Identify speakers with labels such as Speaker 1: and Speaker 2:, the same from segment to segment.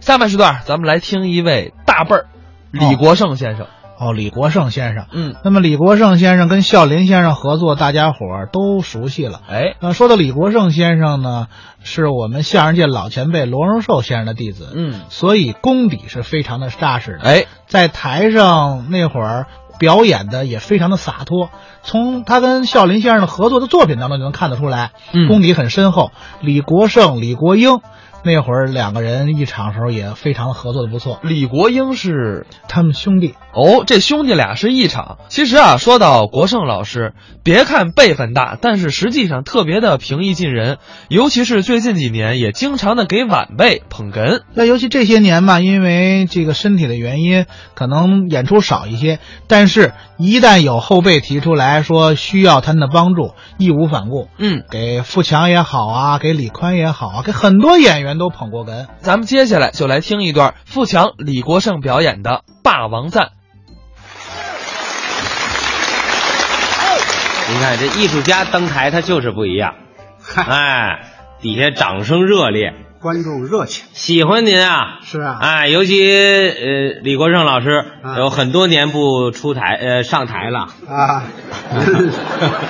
Speaker 1: 下半时段，咱们来听一位大辈儿，李国盛先生。
Speaker 2: 哦，李国盛先生。
Speaker 1: 嗯，
Speaker 2: 那么李国盛先生跟孝林先生合作，大家伙儿都熟悉了。
Speaker 1: 哎，
Speaker 2: 那说到李国盛先生呢，是我们相声界老前辈罗荣寿先生的弟子，
Speaker 1: 嗯，
Speaker 2: 所以功底是非常的扎实的。
Speaker 1: 哎，
Speaker 2: 在台上那会儿表演的也非常的洒脱，从他跟孝林先生的合作的作品当中就能看得出来，
Speaker 1: 嗯
Speaker 2: 功底很深厚。李国盛、李国英那会儿两个人一场时候也非常的合作的不错，
Speaker 1: 李国英是
Speaker 2: 他们兄弟。
Speaker 1: 哦，这兄弟俩是一场。其实啊，说到国盛老师，别看辈分大，但是实际上特别的平易近人，尤其是最近几年，也经常的给晚辈捧哏。
Speaker 2: 那尤其这些年吧，因为这个身体的原因，可能演出少一些。但是，一旦有后辈提出来说需要他们的帮助，义无反顾，
Speaker 1: 嗯，
Speaker 2: 给富强也好啊，给李宽也好啊，给很多演员都捧过哏。
Speaker 1: 咱们接下来就来听一段富强李国盛表演的《霸王赞》。
Speaker 3: 您看这艺术家登台，他就是不一样，
Speaker 4: 嗨，
Speaker 3: 哎，底下掌声热烈，
Speaker 4: 观众热情
Speaker 3: 喜欢您啊，
Speaker 4: 是啊
Speaker 3: 哎，尤其呃李国盛老师
Speaker 4: 啊
Speaker 3: 有很多年不出台呃上台了，
Speaker 4: 啊，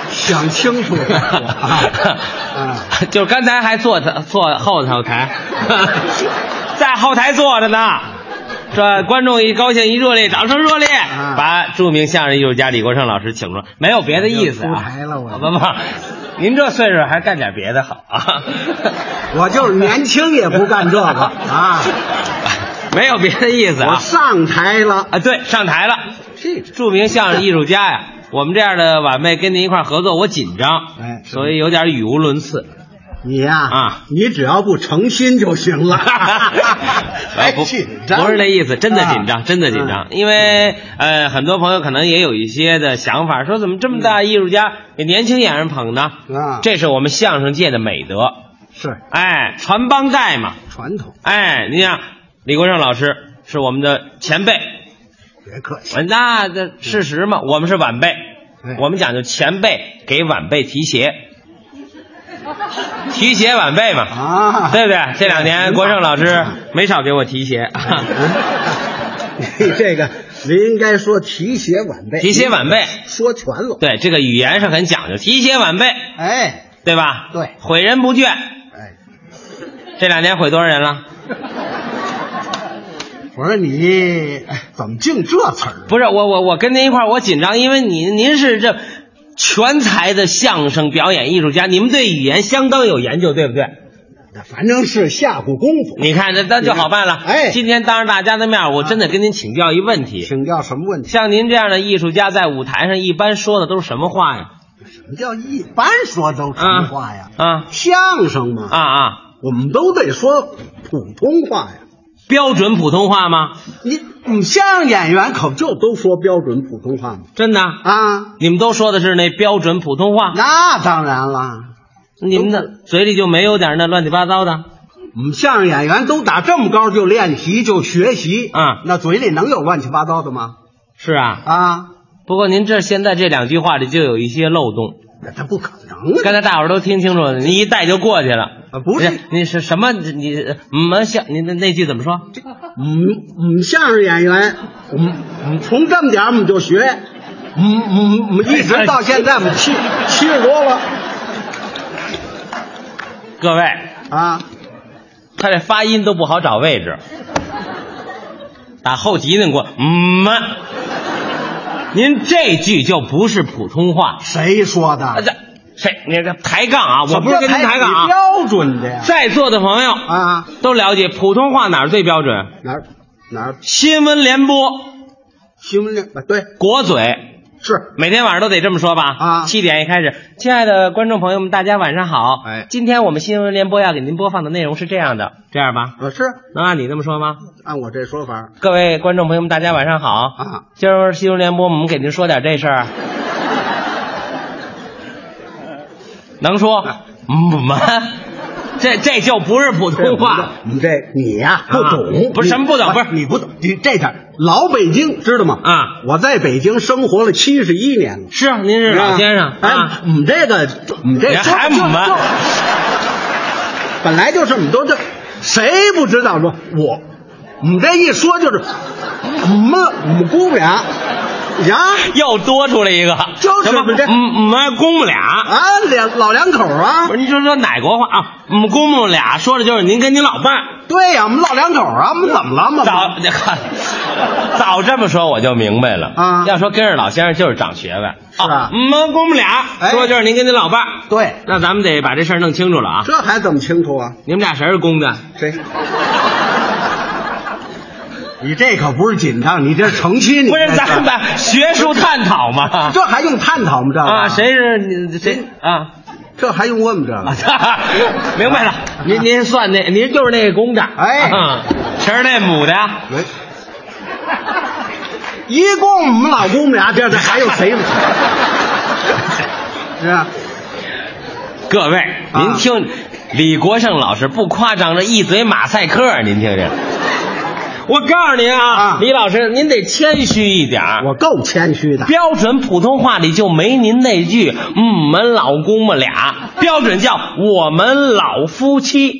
Speaker 4: 想清楚了啊，
Speaker 3: 就是刚才还坐他坐后头台， 在后台坐着呢。这观众一高兴一热烈，掌声热烈，
Speaker 4: 啊
Speaker 3: 把著名相声艺术家李国盛老师请出来，没有别的意思
Speaker 4: 出
Speaker 3: 啊。
Speaker 4: 台哎了我
Speaker 3: 不不，您这岁数还干点别的好 啊。
Speaker 4: 我就是年轻也不干这个啊，
Speaker 3: 没有别的意思
Speaker 4: 我
Speaker 3: 啊。
Speaker 4: 上台了，
Speaker 3: 啊，对，上台了，
Speaker 4: 这
Speaker 3: 著名相声艺术家呀，我们这样的晚辈跟您一块儿合作，我紧张，
Speaker 4: 哎是
Speaker 3: 所以有点语无伦次。
Speaker 4: 你呀
Speaker 3: 啊
Speaker 4: 你只要不诚心就行 了， 还
Speaker 3: 哎啊不
Speaker 4: 哎紧张
Speaker 3: 不是那意思，真的紧张，
Speaker 4: 啊
Speaker 3: 真的紧张。因为呃，很多朋友可能也有一些的想法，说怎么这么大艺术家给年轻演员捧呢？
Speaker 4: 啊，
Speaker 3: 这是我们相声界的美德，
Speaker 4: 是
Speaker 3: 哎，传帮带嘛，
Speaker 4: 传统，
Speaker 3: 哎，你想李国盛老师是我们的前辈，
Speaker 4: 别客 气，
Speaker 3: 那这事实嘛，我们是晚辈
Speaker 4: 对，
Speaker 3: 我们讲究前辈给晚辈提携，提携晚辈嘛，
Speaker 4: 啊
Speaker 3: 对不对？这两年国盛老师没少给我提携，
Speaker 4: 你这个您应该说提携晚辈，
Speaker 3: 提携晚辈
Speaker 4: 说全了，
Speaker 3: 对这个语言是很讲究，提携晚辈，
Speaker 4: 哎
Speaker 3: 对吧？
Speaker 4: 对
Speaker 3: 毁人不倦，
Speaker 4: 哎。
Speaker 3: 这两年毁多少人了？
Speaker 4: 我说你哎怎么净这词儿啊？
Speaker 3: 不是我我我跟您一块儿我紧张，因为您您是这全才的相声表演艺术家，你们对语言相当有研究，对不对？
Speaker 4: 反正是下过功夫。
Speaker 3: 你看，这那就好办了。
Speaker 4: 哎
Speaker 3: 今天当着大家的面，我真得跟您请教一问题。
Speaker 4: 请教什么问题？
Speaker 3: 像您这样的艺术家，在舞台上一般说的都是什么话呀？
Speaker 4: 什么叫一般说都什么话呀？
Speaker 3: 啊
Speaker 4: 相声嘛，
Speaker 3: 啊啊！
Speaker 4: 我们都得说普通话呀。
Speaker 3: 标准普通话吗？
Speaker 4: 你我们相声演员可就都说标准普通话吗？
Speaker 3: 真的？
Speaker 4: 啊，
Speaker 3: 你们都说的是那标准普通话，
Speaker 4: 那当然了，
Speaker 3: 你们的嘴里就没有点那乱七八糟的？
Speaker 4: 我们相声演员都打这么高就练习就学习，
Speaker 3: 嗯
Speaker 4: 那嘴里能有乱七八糟的吗？
Speaker 3: 是啊。
Speaker 4: 啊，
Speaker 3: 不过您这现在这两句话里就有一些漏洞，
Speaker 4: 那他不可能
Speaker 3: 刚才大伙儿都听清楚了，您一带就过去了。哎
Speaker 4: 啊！不是，
Speaker 3: 你是什么？你么像您的那句怎么说？
Speaker 4: 嗯嗯，相声演员，我们我们从这么点儿我们就学，嗯嗯，我们一直到现在我们 七七十多了
Speaker 3: 各位，
Speaker 4: 啊，
Speaker 3: 他这发音都不好找位置，打后脊梁过，嗯嘛，您这句就不是普通话，
Speaker 4: 谁说
Speaker 3: 啊、
Speaker 4: 的？
Speaker 3: 这谁？你这抬杠啊！我不是跟您抬杠
Speaker 4: 你
Speaker 3: 啊！
Speaker 4: 标准的呀
Speaker 3: 在座的朋友
Speaker 4: 啊，
Speaker 3: 都了解普通话哪儿最标准？
Speaker 4: 哪儿哪儿
Speaker 3: 新闻联播，
Speaker 4: 新闻联啊？对，
Speaker 3: 国嘴，
Speaker 4: 是
Speaker 3: 每天晚上都得这么说吧？
Speaker 4: 啊
Speaker 3: 七点一开始，亲爱的观众朋友们，大家晚上好。
Speaker 4: 哎
Speaker 3: 今天我们新闻联播要给您播放的内容是这样的，这样吧？
Speaker 4: 啊是，
Speaker 3: 能按你这么说吗？
Speaker 4: 按我这说法
Speaker 3: 各位观众朋友们，大家晚上好。
Speaker 4: 啊，
Speaker 3: 今儿新闻联播，我们给您说点这事儿，能说？
Speaker 4: 啊
Speaker 3: 嗯，么？这这就不是普通话。啊
Speaker 4: 你这你呀不懂，
Speaker 3: 不是什么不懂不是
Speaker 4: 你不懂，你这点儿老北京知道吗？
Speaker 3: 啊
Speaker 4: 我在北京生活了七十一年了。
Speaker 3: 是，您是老先生
Speaker 4: 哎
Speaker 3: 啊，？
Speaker 4: 我们这个，我们这
Speaker 3: 你还
Speaker 4: 就就
Speaker 3: 我们
Speaker 4: 就本来就是我们都这，谁不知道说我我们这一说就是，嗯么嗯姑母俩呀
Speaker 3: 又多出来一个，
Speaker 4: 就是
Speaker 3: 什么
Speaker 4: 这
Speaker 3: 嗯嗯公母俩，
Speaker 4: 啊两老两口 啊
Speaker 3: 不，是你说说哪国话啊？嗯公母俩说的就是您跟您老伴
Speaker 4: 对呀、我们老两口啊，我们怎么了嘛？
Speaker 3: 早 早这么说我就明白了
Speaker 4: 啊
Speaker 3: 要说跟着老先生就是长学问，
Speaker 4: 是啊
Speaker 3: 嗯嗯公母俩
Speaker 4: 哎
Speaker 3: 说的就是您跟您老伴，
Speaker 4: 对，
Speaker 3: 那咱们得把这事儿弄清楚了啊！
Speaker 4: 这还怎么清楚啊？
Speaker 3: 你们俩谁是公 的？
Speaker 4: 谁？ 你这可不是紧张，你这成亲，你
Speaker 3: 不是
Speaker 4: 这
Speaker 3: 咱们把学术探讨嘛？
Speaker 4: 这还用探讨吗？这 个
Speaker 3: 啊，？谁啊是你谁啊？
Speaker 4: 这还用问吗？这个？
Speaker 3: 明白了，您您算那，您就是那个公的，
Speaker 4: 哎
Speaker 3: 啊谁是那母的？
Speaker 4: 喂，一共我们老公俩，这这还有谁吗？ 是啊吧？
Speaker 3: 各位，
Speaker 4: 啊
Speaker 3: 您听，李国盛老师不夸张，这一嘴马赛克，您听听。我告诉您啊
Speaker 4: 啊，
Speaker 3: 李老师，您得谦虚一点儿。
Speaker 4: 我够谦虚的。
Speaker 3: 标准普通话里就没您那句“嗯，我们老公们俩”，标准叫“我们老夫妻”。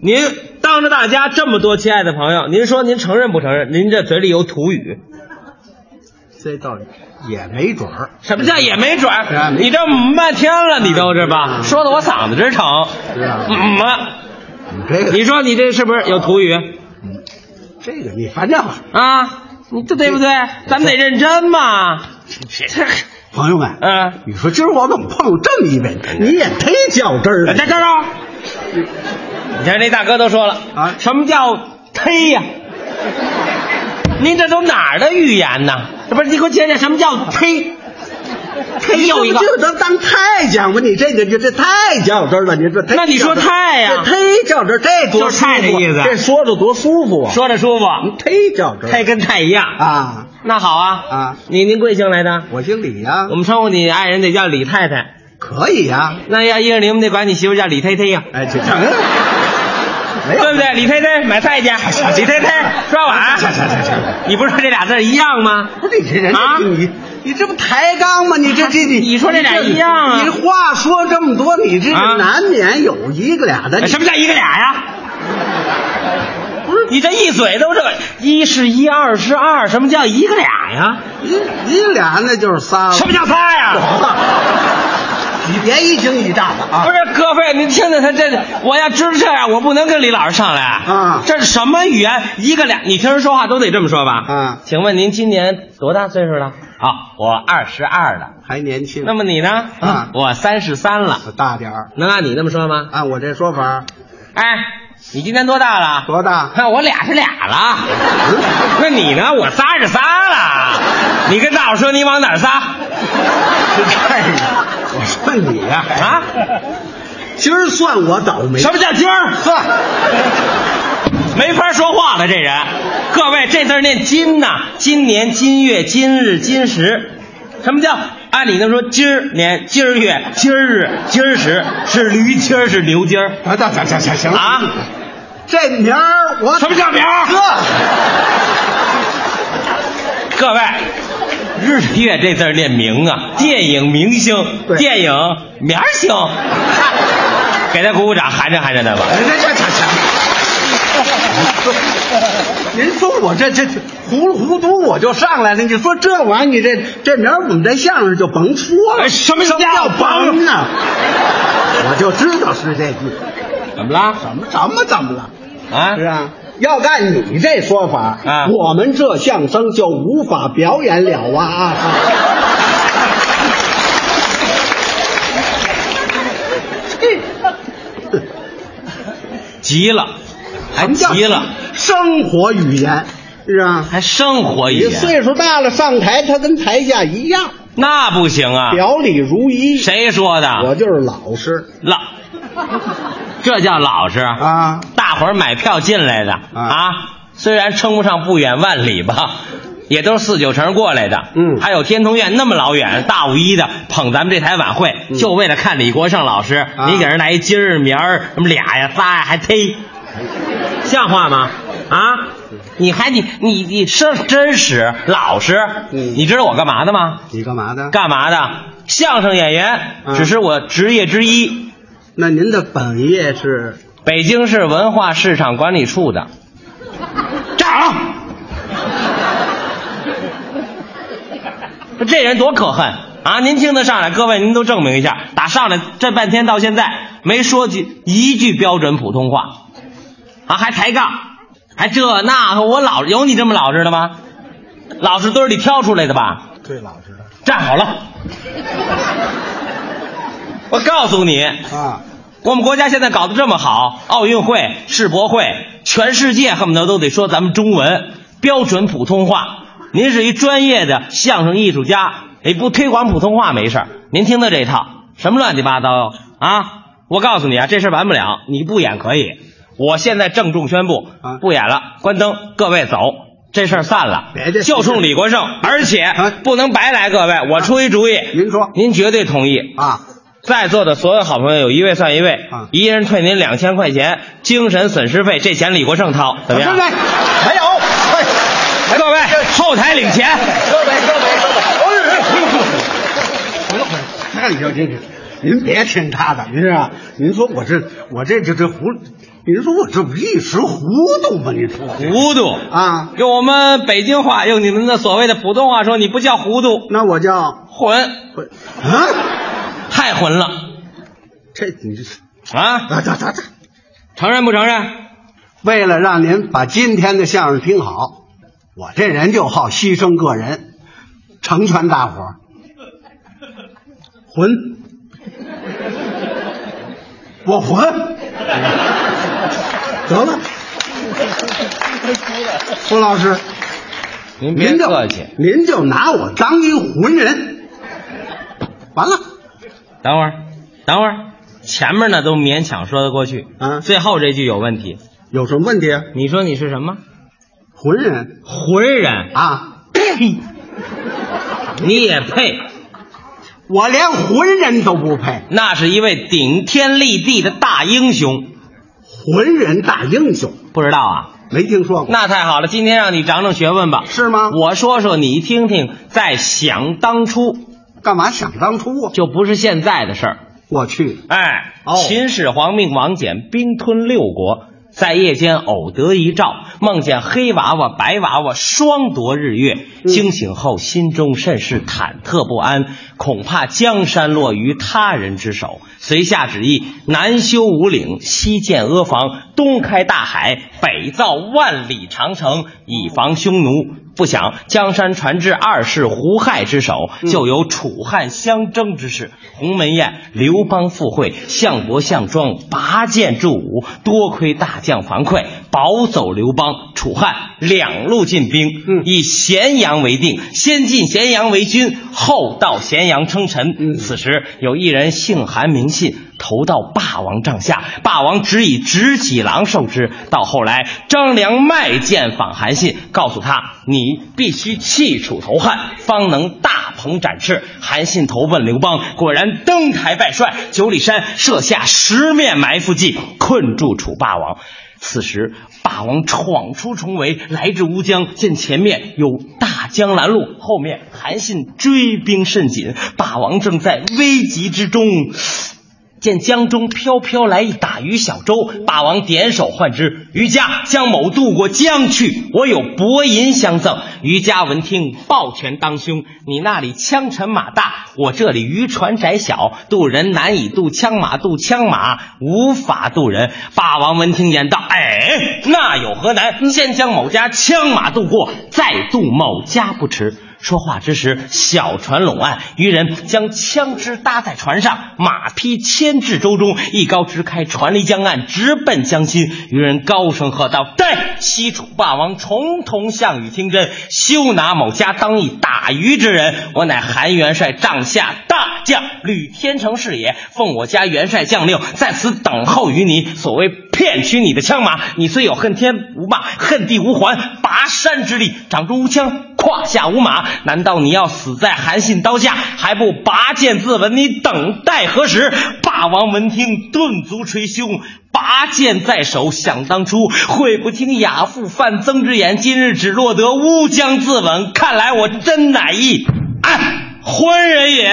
Speaker 3: 您当着大家这么多亲爱的朋友，您说您承认不承认？您这嘴里有土语，
Speaker 4: 这倒也没准儿。
Speaker 3: 什么叫也没准
Speaker 4: 是啊
Speaker 3: 儿？你这嗯半天了，你都是吧？说的我嗓子直疼。
Speaker 4: 是啊
Speaker 3: 嗯啊，
Speaker 4: 你这 个，
Speaker 3: 你说你这是不是有土语
Speaker 4: 这个你反正
Speaker 3: 啊？你这对不对？咱们得认真嘛。
Speaker 4: 朋友们，
Speaker 3: 嗯，
Speaker 4: 你说今儿我怎么碰上这么一位？
Speaker 3: 哎
Speaker 4: 你也忒较真儿
Speaker 3: 在这
Speaker 4: 了。
Speaker 3: 儿啊！你看这大哥都说了
Speaker 4: 啊
Speaker 3: 什么叫忒呀、您这都哪儿的语言呢？这不是你给我讲讲什么叫忒？忒又一个
Speaker 4: 你，这不就当当太监吗？你这个你这太较真儿了，你这忒
Speaker 3: 那你说太呀
Speaker 4: 这忒较真儿，这多
Speaker 3: 就是
Speaker 4: 舒服
Speaker 3: 太
Speaker 4: 啊！
Speaker 3: 的意思
Speaker 4: 这说着多舒服啊！
Speaker 3: 说的舒服，
Speaker 4: 忒较真儿
Speaker 3: 忒跟太一样。
Speaker 4: 啊！
Speaker 3: 那好啊
Speaker 4: 啊
Speaker 3: 你您贵姓来的？
Speaker 4: 我姓李呀、
Speaker 3: 我们称呼你爱人得叫李太太，
Speaker 4: 可以呀、
Speaker 3: 那要依着你们得管你媳妇叫李忒忒呀，
Speaker 4: 哎，这成，没
Speaker 3: 嗯
Speaker 4: 有
Speaker 3: 对不对？李忒忒买菜去，李忒忒刷碗
Speaker 4: 行行行行，
Speaker 3: 你不是说这俩字一样吗？
Speaker 4: 不是你这人
Speaker 3: 啊
Speaker 4: 你你这不抬杠吗？你这这你
Speaker 3: 你说这俩一样啊
Speaker 4: 你话说这么多，你这
Speaker 3: 啊哎
Speaker 4: 个难免有一个俩的。你
Speaker 3: 什么叫一个俩呀？不是你这一嘴都是一是一，二是二，什么叫一个俩呀？
Speaker 4: 一一俩那就是仨了。
Speaker 3: 什么叫仨呀？
Speaker 4: 你别一惊一乍的啊
Speaker 3: 不！是各位，您听听他这，我要知道这样，我不能跟李老师上来
Speaker 4: 啊
Speaker 3: 这是什么语言？一个俩，你听人说话都得这么说吧？
Speaker 4: 啊
Speaker 3: 请问您今年多大岁数了？啊，我二十二了。
Speaker 4: 还年轻，
Speaker 3: 那么你呢？
Speaker 4: 啊
Speaker 3: 我三十三了。
Speaker 4: 我大点儿。
Speaker 3: 能按你那么说吗？
Speaker 4: 按我这说法，
Speaker 3: 哎，你今年多大了？
Speaker 4: 多大？
Speaker 3: 那我俩是俩了，那你呢？我仨是仨了。你跟大伙说你往哪儿仨
Speaker 4: 是这个。 我说你哎呀，
Speaker 3: 啊？
Speaker 4: 今儿算我倒霉。啊
Speaker 3: 什么叫今儿？没法说话了，这人。各位，这字儿念今呐，今年、今月、今日、今时。什么叫？按理那么说，今儿年、今儿月、今儿日、今儿时是驴今儿是牛今儿
Speaker 4: 啊，行行行行行了
Speaker 3: 啊？
Speaker 4: 这名儿我
Speaker 3: 什么叫名儿
Speaker 4: 呵，
Speaker 3: 各位，日月这字儿念明啊，电影明星，
Speaker 4: 对
Speaker 3: 电影明儿 星，给他鼓鼓掌，寒碜寒碜他吧。
Speaker 4: 哎这这这 这，您说我这这糊里糊涂我就上来了，你说这玩意儿，你这这名儿我们这相声就甭说了。
Speaker 3: 哎什么叫
Speaker 4: 叫甭呢？我就知道是这句，
Speaker 3: 怎么了？
Speaker 4: 怎么怎么怎么了？
Speaker 3: 啊
Speaker 4: 是？啊，要按你这说法
Speaker 3: 啊
Speaker 4: 我们这相声就无法表演了啊啊！
Speaker 3: 急了，还急了，
Speaker 4: 生活语言是啊，
Speaker 3: 还生活一
Speaker 4: 你
Speaker 3: 言，
Speaker 4: 岁数大了上台，他跟台下一样，
Speaker 3: 那不行啊！
Speaker 4: 表里如一。
Speaker 3: 谁说
Speaker 4: 我
Speaker 3: 的？
Speaker 4: 就是老实
Speaker 3: 老，这叫老 实。
Speaker 4: 啊，
Speaker 3: 大伙儿买票进来的
Speaker 4: 啊
Speaker 3: 虽然称不上不远万里吧， 也都是四九城过来的。
Speaker 4: 嗯
Speaker 3: 还有天通苑那么老远，大五一的捧咱们这台晚会，就为了看李国盛老师。
Speaker 4: 嗯啊
Speaker 3: 你给人来一今儿明儿什么俩呀仨呀还忒，像话吗？啊！你还你你你是真实老实，
Speaker 4: 嗯
Speaker 3: 你知道我干嘛的吗？
Speaker 4: 你干嘛的？
Speaker 3: 干嘛的？相声演员，
Speaker 4: 嗯
Speaker 3: 只是我职业之一。
Speaker 4: 那您的本业是
Speaker 3: 北京市文化市场管理处的，这人多可恨啊！您听得上来，各位您都证明一下，打上来这半天到现在没说句一句标准普通话，啊，还抬杠，还这那，我老有你这么老实的吗？老实堆里挑出来的吧？
Speaker 2: 最老实的
Speaker 3: 站好了，我告诉你，
Speaker 2: 啊，
Speaker 3: 我们国家现在搞得这么好，奥运会、世博会，全世界恨不得都得说咱们中文标准普通话。您是一专业的相声艺术家，你不推广普通话没事儿您听的这套什么乱七八糟啊！我告诉你啊，这事儿完不了，你不演可以。我现在郑重宣布
Speaker 4: 啊，
Speaker 3: 不演了，关灯，各位走，这事儿散了
Speaker 4: 别介，
Speaker 3: 就冲李国盛，而且
Speaker 4: 啊
Speaker 3: 不能白来，各位，我出一主意，
Speaker 4: 您说
Speaker 3: 您绝对同意
Speaker 4: 啊，
Speaker 3: 在座的所有好朋友，有一位算一位，
Speaker 4: 啊
Speaker 3: 一人退您两千块钱精神损失费，这钱李国盛掏，怎么样？
Speaker 4: 不是啊没有，哎，
Speaker 3: 各位后台领钱，
Speaker 4: 各位各位各位，哎回来回来，那你就听听，您别听他的，您啊，您说我这我这这这糊，您说我这不一时糊涂吗？您说
Speaker 3: 糊涂！
Speaker 4: 啊，
Speaker 3: 用我们北京话，用你们的所谓的普通话说，你不叫糊涂，
Speaker 4: 那我叫
Speaker 3: 混，
Speaker 4: 不啊，
Speaker 3: 太混了
Speaker 4: 这你这
Speaker 3: 啊！
Speaker 4: 啊，咋咋咋，
Speaker 3: 承认不承认？
Speaker 4: 为了让您把今天的相声听好，我这人就好牺牲个人，成全大伙儿。混，我混，得了，郭老师，
Speaker 3: 您
Speaker 4: 您就，您就拿我当一浑人，完了，
Speaker 3: 等会儿，等会儿，前面呢都勉强说得过去，
Speaker 4: 啊
Speaker 3: 最后这句有问题。
Speaker 4: 有什么问题？啊
Speaker 3: 你说你是什么？
Speaker 4: 浑人
Speaker 3: 浑人，
Speaker 4: 啊，
Speaker 3: 你也配？
Speaker 4: 我连浑人都不配。
Speaker 3: 那是一位顶天立地的大英雄，
Speaker 4: 浑人大英雄，
Speaker 3: 不知道啊？
Speaker 4: 没听说过，
Speaker 3: 那太好了，今天让你尝尝学问吧。
Speaker 4: 是啊吗？
Speaker 3: 我说说你听听，在想当初
Speaker 4: 干嘛想当初啊？
Speaker 3: 就不是现在的事儿。
Speaker 4: 我去，
Speaker 3: 哎，
Speaker 4: 哦
Speaker 3: 秦始皇命王翦兵吞六国，在夜间偶得一兆，梦见黑娃娃、白娃娃双夺日月，
Speaker 4: 嗯
Speaker 3: 惊醒后心中甚是忐忑不安，恐怕江山落于他人之手。遂下旨意，南修五岭，西建阿房，东开大海，北造万里长城，以防匈奴。不想江山传至二世胡亥之手，就有楚汉相争之势。鸿门宴、刘邦赴会、项伯、项庄拔剑助武，多亏大将樊哙保走刘邦、楚汉两路进兵，以咸阳为定，先进咸阳为君，后到咸阳称臣。此时有一人姓韩名信，投到霸王帐下，霸王只以执戟郎受之。到后来，张良卖剑访韩信，告诉他：“你必须弃楚投汉，方能大鹏展翅。”韩信投奔刘邦，果然登台拜帅，九里山设下十面埋伏计，困住楚霸王。此时，霸王闯出重围，来至乌江，见前面有大江拦路，后面韩信追兵甚紧，霸王正在危急之中。见江中飘飘来一打鱼小舟，霸王点手唤之，渔家将某渡过江去，我有薄银相赠。渔家闻听，抱拳当胸。你那里枪沉马大，我这里渔船窄小，渡人难以渡枪马，渡枪马无法渡人。霸王闻听言道：“哎，那有何难？先将某家枪马渡过，再渡某家不迟。”说话之时，小船拢岸，渔人将枪支搭在船上，马匹牵至舟中，一高直开，船离江岸，直奔江心。渔人高声喝道：“待西楚霸王重瞳项羽听真，休拿某家当一打鱼之人。我乃韩元帅帐下大将，吕天成是也，奉我家元帅将令，在此等候于你。所谓骗取你的枪马，你虽有恨天无霸，恨地无还，拔山之力，掌中无枪，胯下无马。难道你要死在韩信刀下，还不拔剑自刎？你等待何时？霸王闻听，顿足捶胸。拔剑在手，想当初，会不听亚父范增之言，今日只落得乌江自刎。看来我真乃一哎昏人也，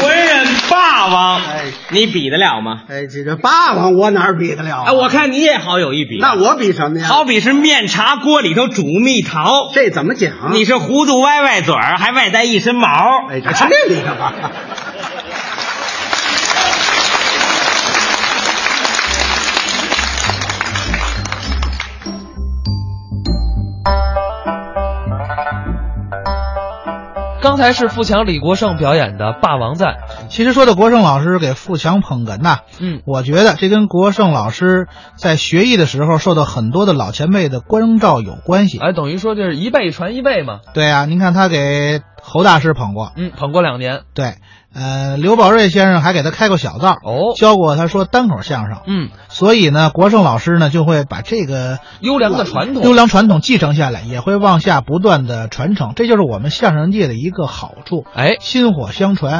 Speaker 3: 浑人。霸王
Speaker 4: 哎，
Speaker 3: 你比得了吗？
Speaker 4: 哎，这个霸王我啊哪儿比得了？
Speaker 3: 哎，我看你也好有一比，
Speaker 4: 啊那我比什么呀？
Speaker 3: 好，比是面茶锅里头煮蜜桃，
Speaker 4: 这怎么讲？
Speaker 3: 你是糊涂歪歪嘴儿，还外带一身毛。
Speaker 4: 哎，这这 你干嘛？
Speaker 1: 刚才是富强李国盛表演的《霸王赞》，
Speaker 2: 其实说到国胜老师给富强捧哏呐，
Speaker 1: 嗯，
Speaker 2: 我觉得这跟国胜老师在学艺的时候受到很多的老前辈的关照有关系。
Speaker 1: 哎，等于说就是一辈传一辈嘛，
Speaker 2: 对啊，您看他给侯大师捧过，
Speaker 1: 嗯，捧过两年，
Speaker 2: 对，呃，刘宝瑞先生还给他开过小灶，
Speaker 1: 哦
Speaker 2: 教过他说单口相声。
Speaker 1: 嗯，
Speaker 2: 所以呢，国胜老师呢就会把这个
Speaker 1: 优良的传统
Speaker 2: 优良传统继承下来，也会往下不断的传承，这就是我们相声界的一个好处，
Speaker 1: 哎，
Speaker 2: 薪火相传。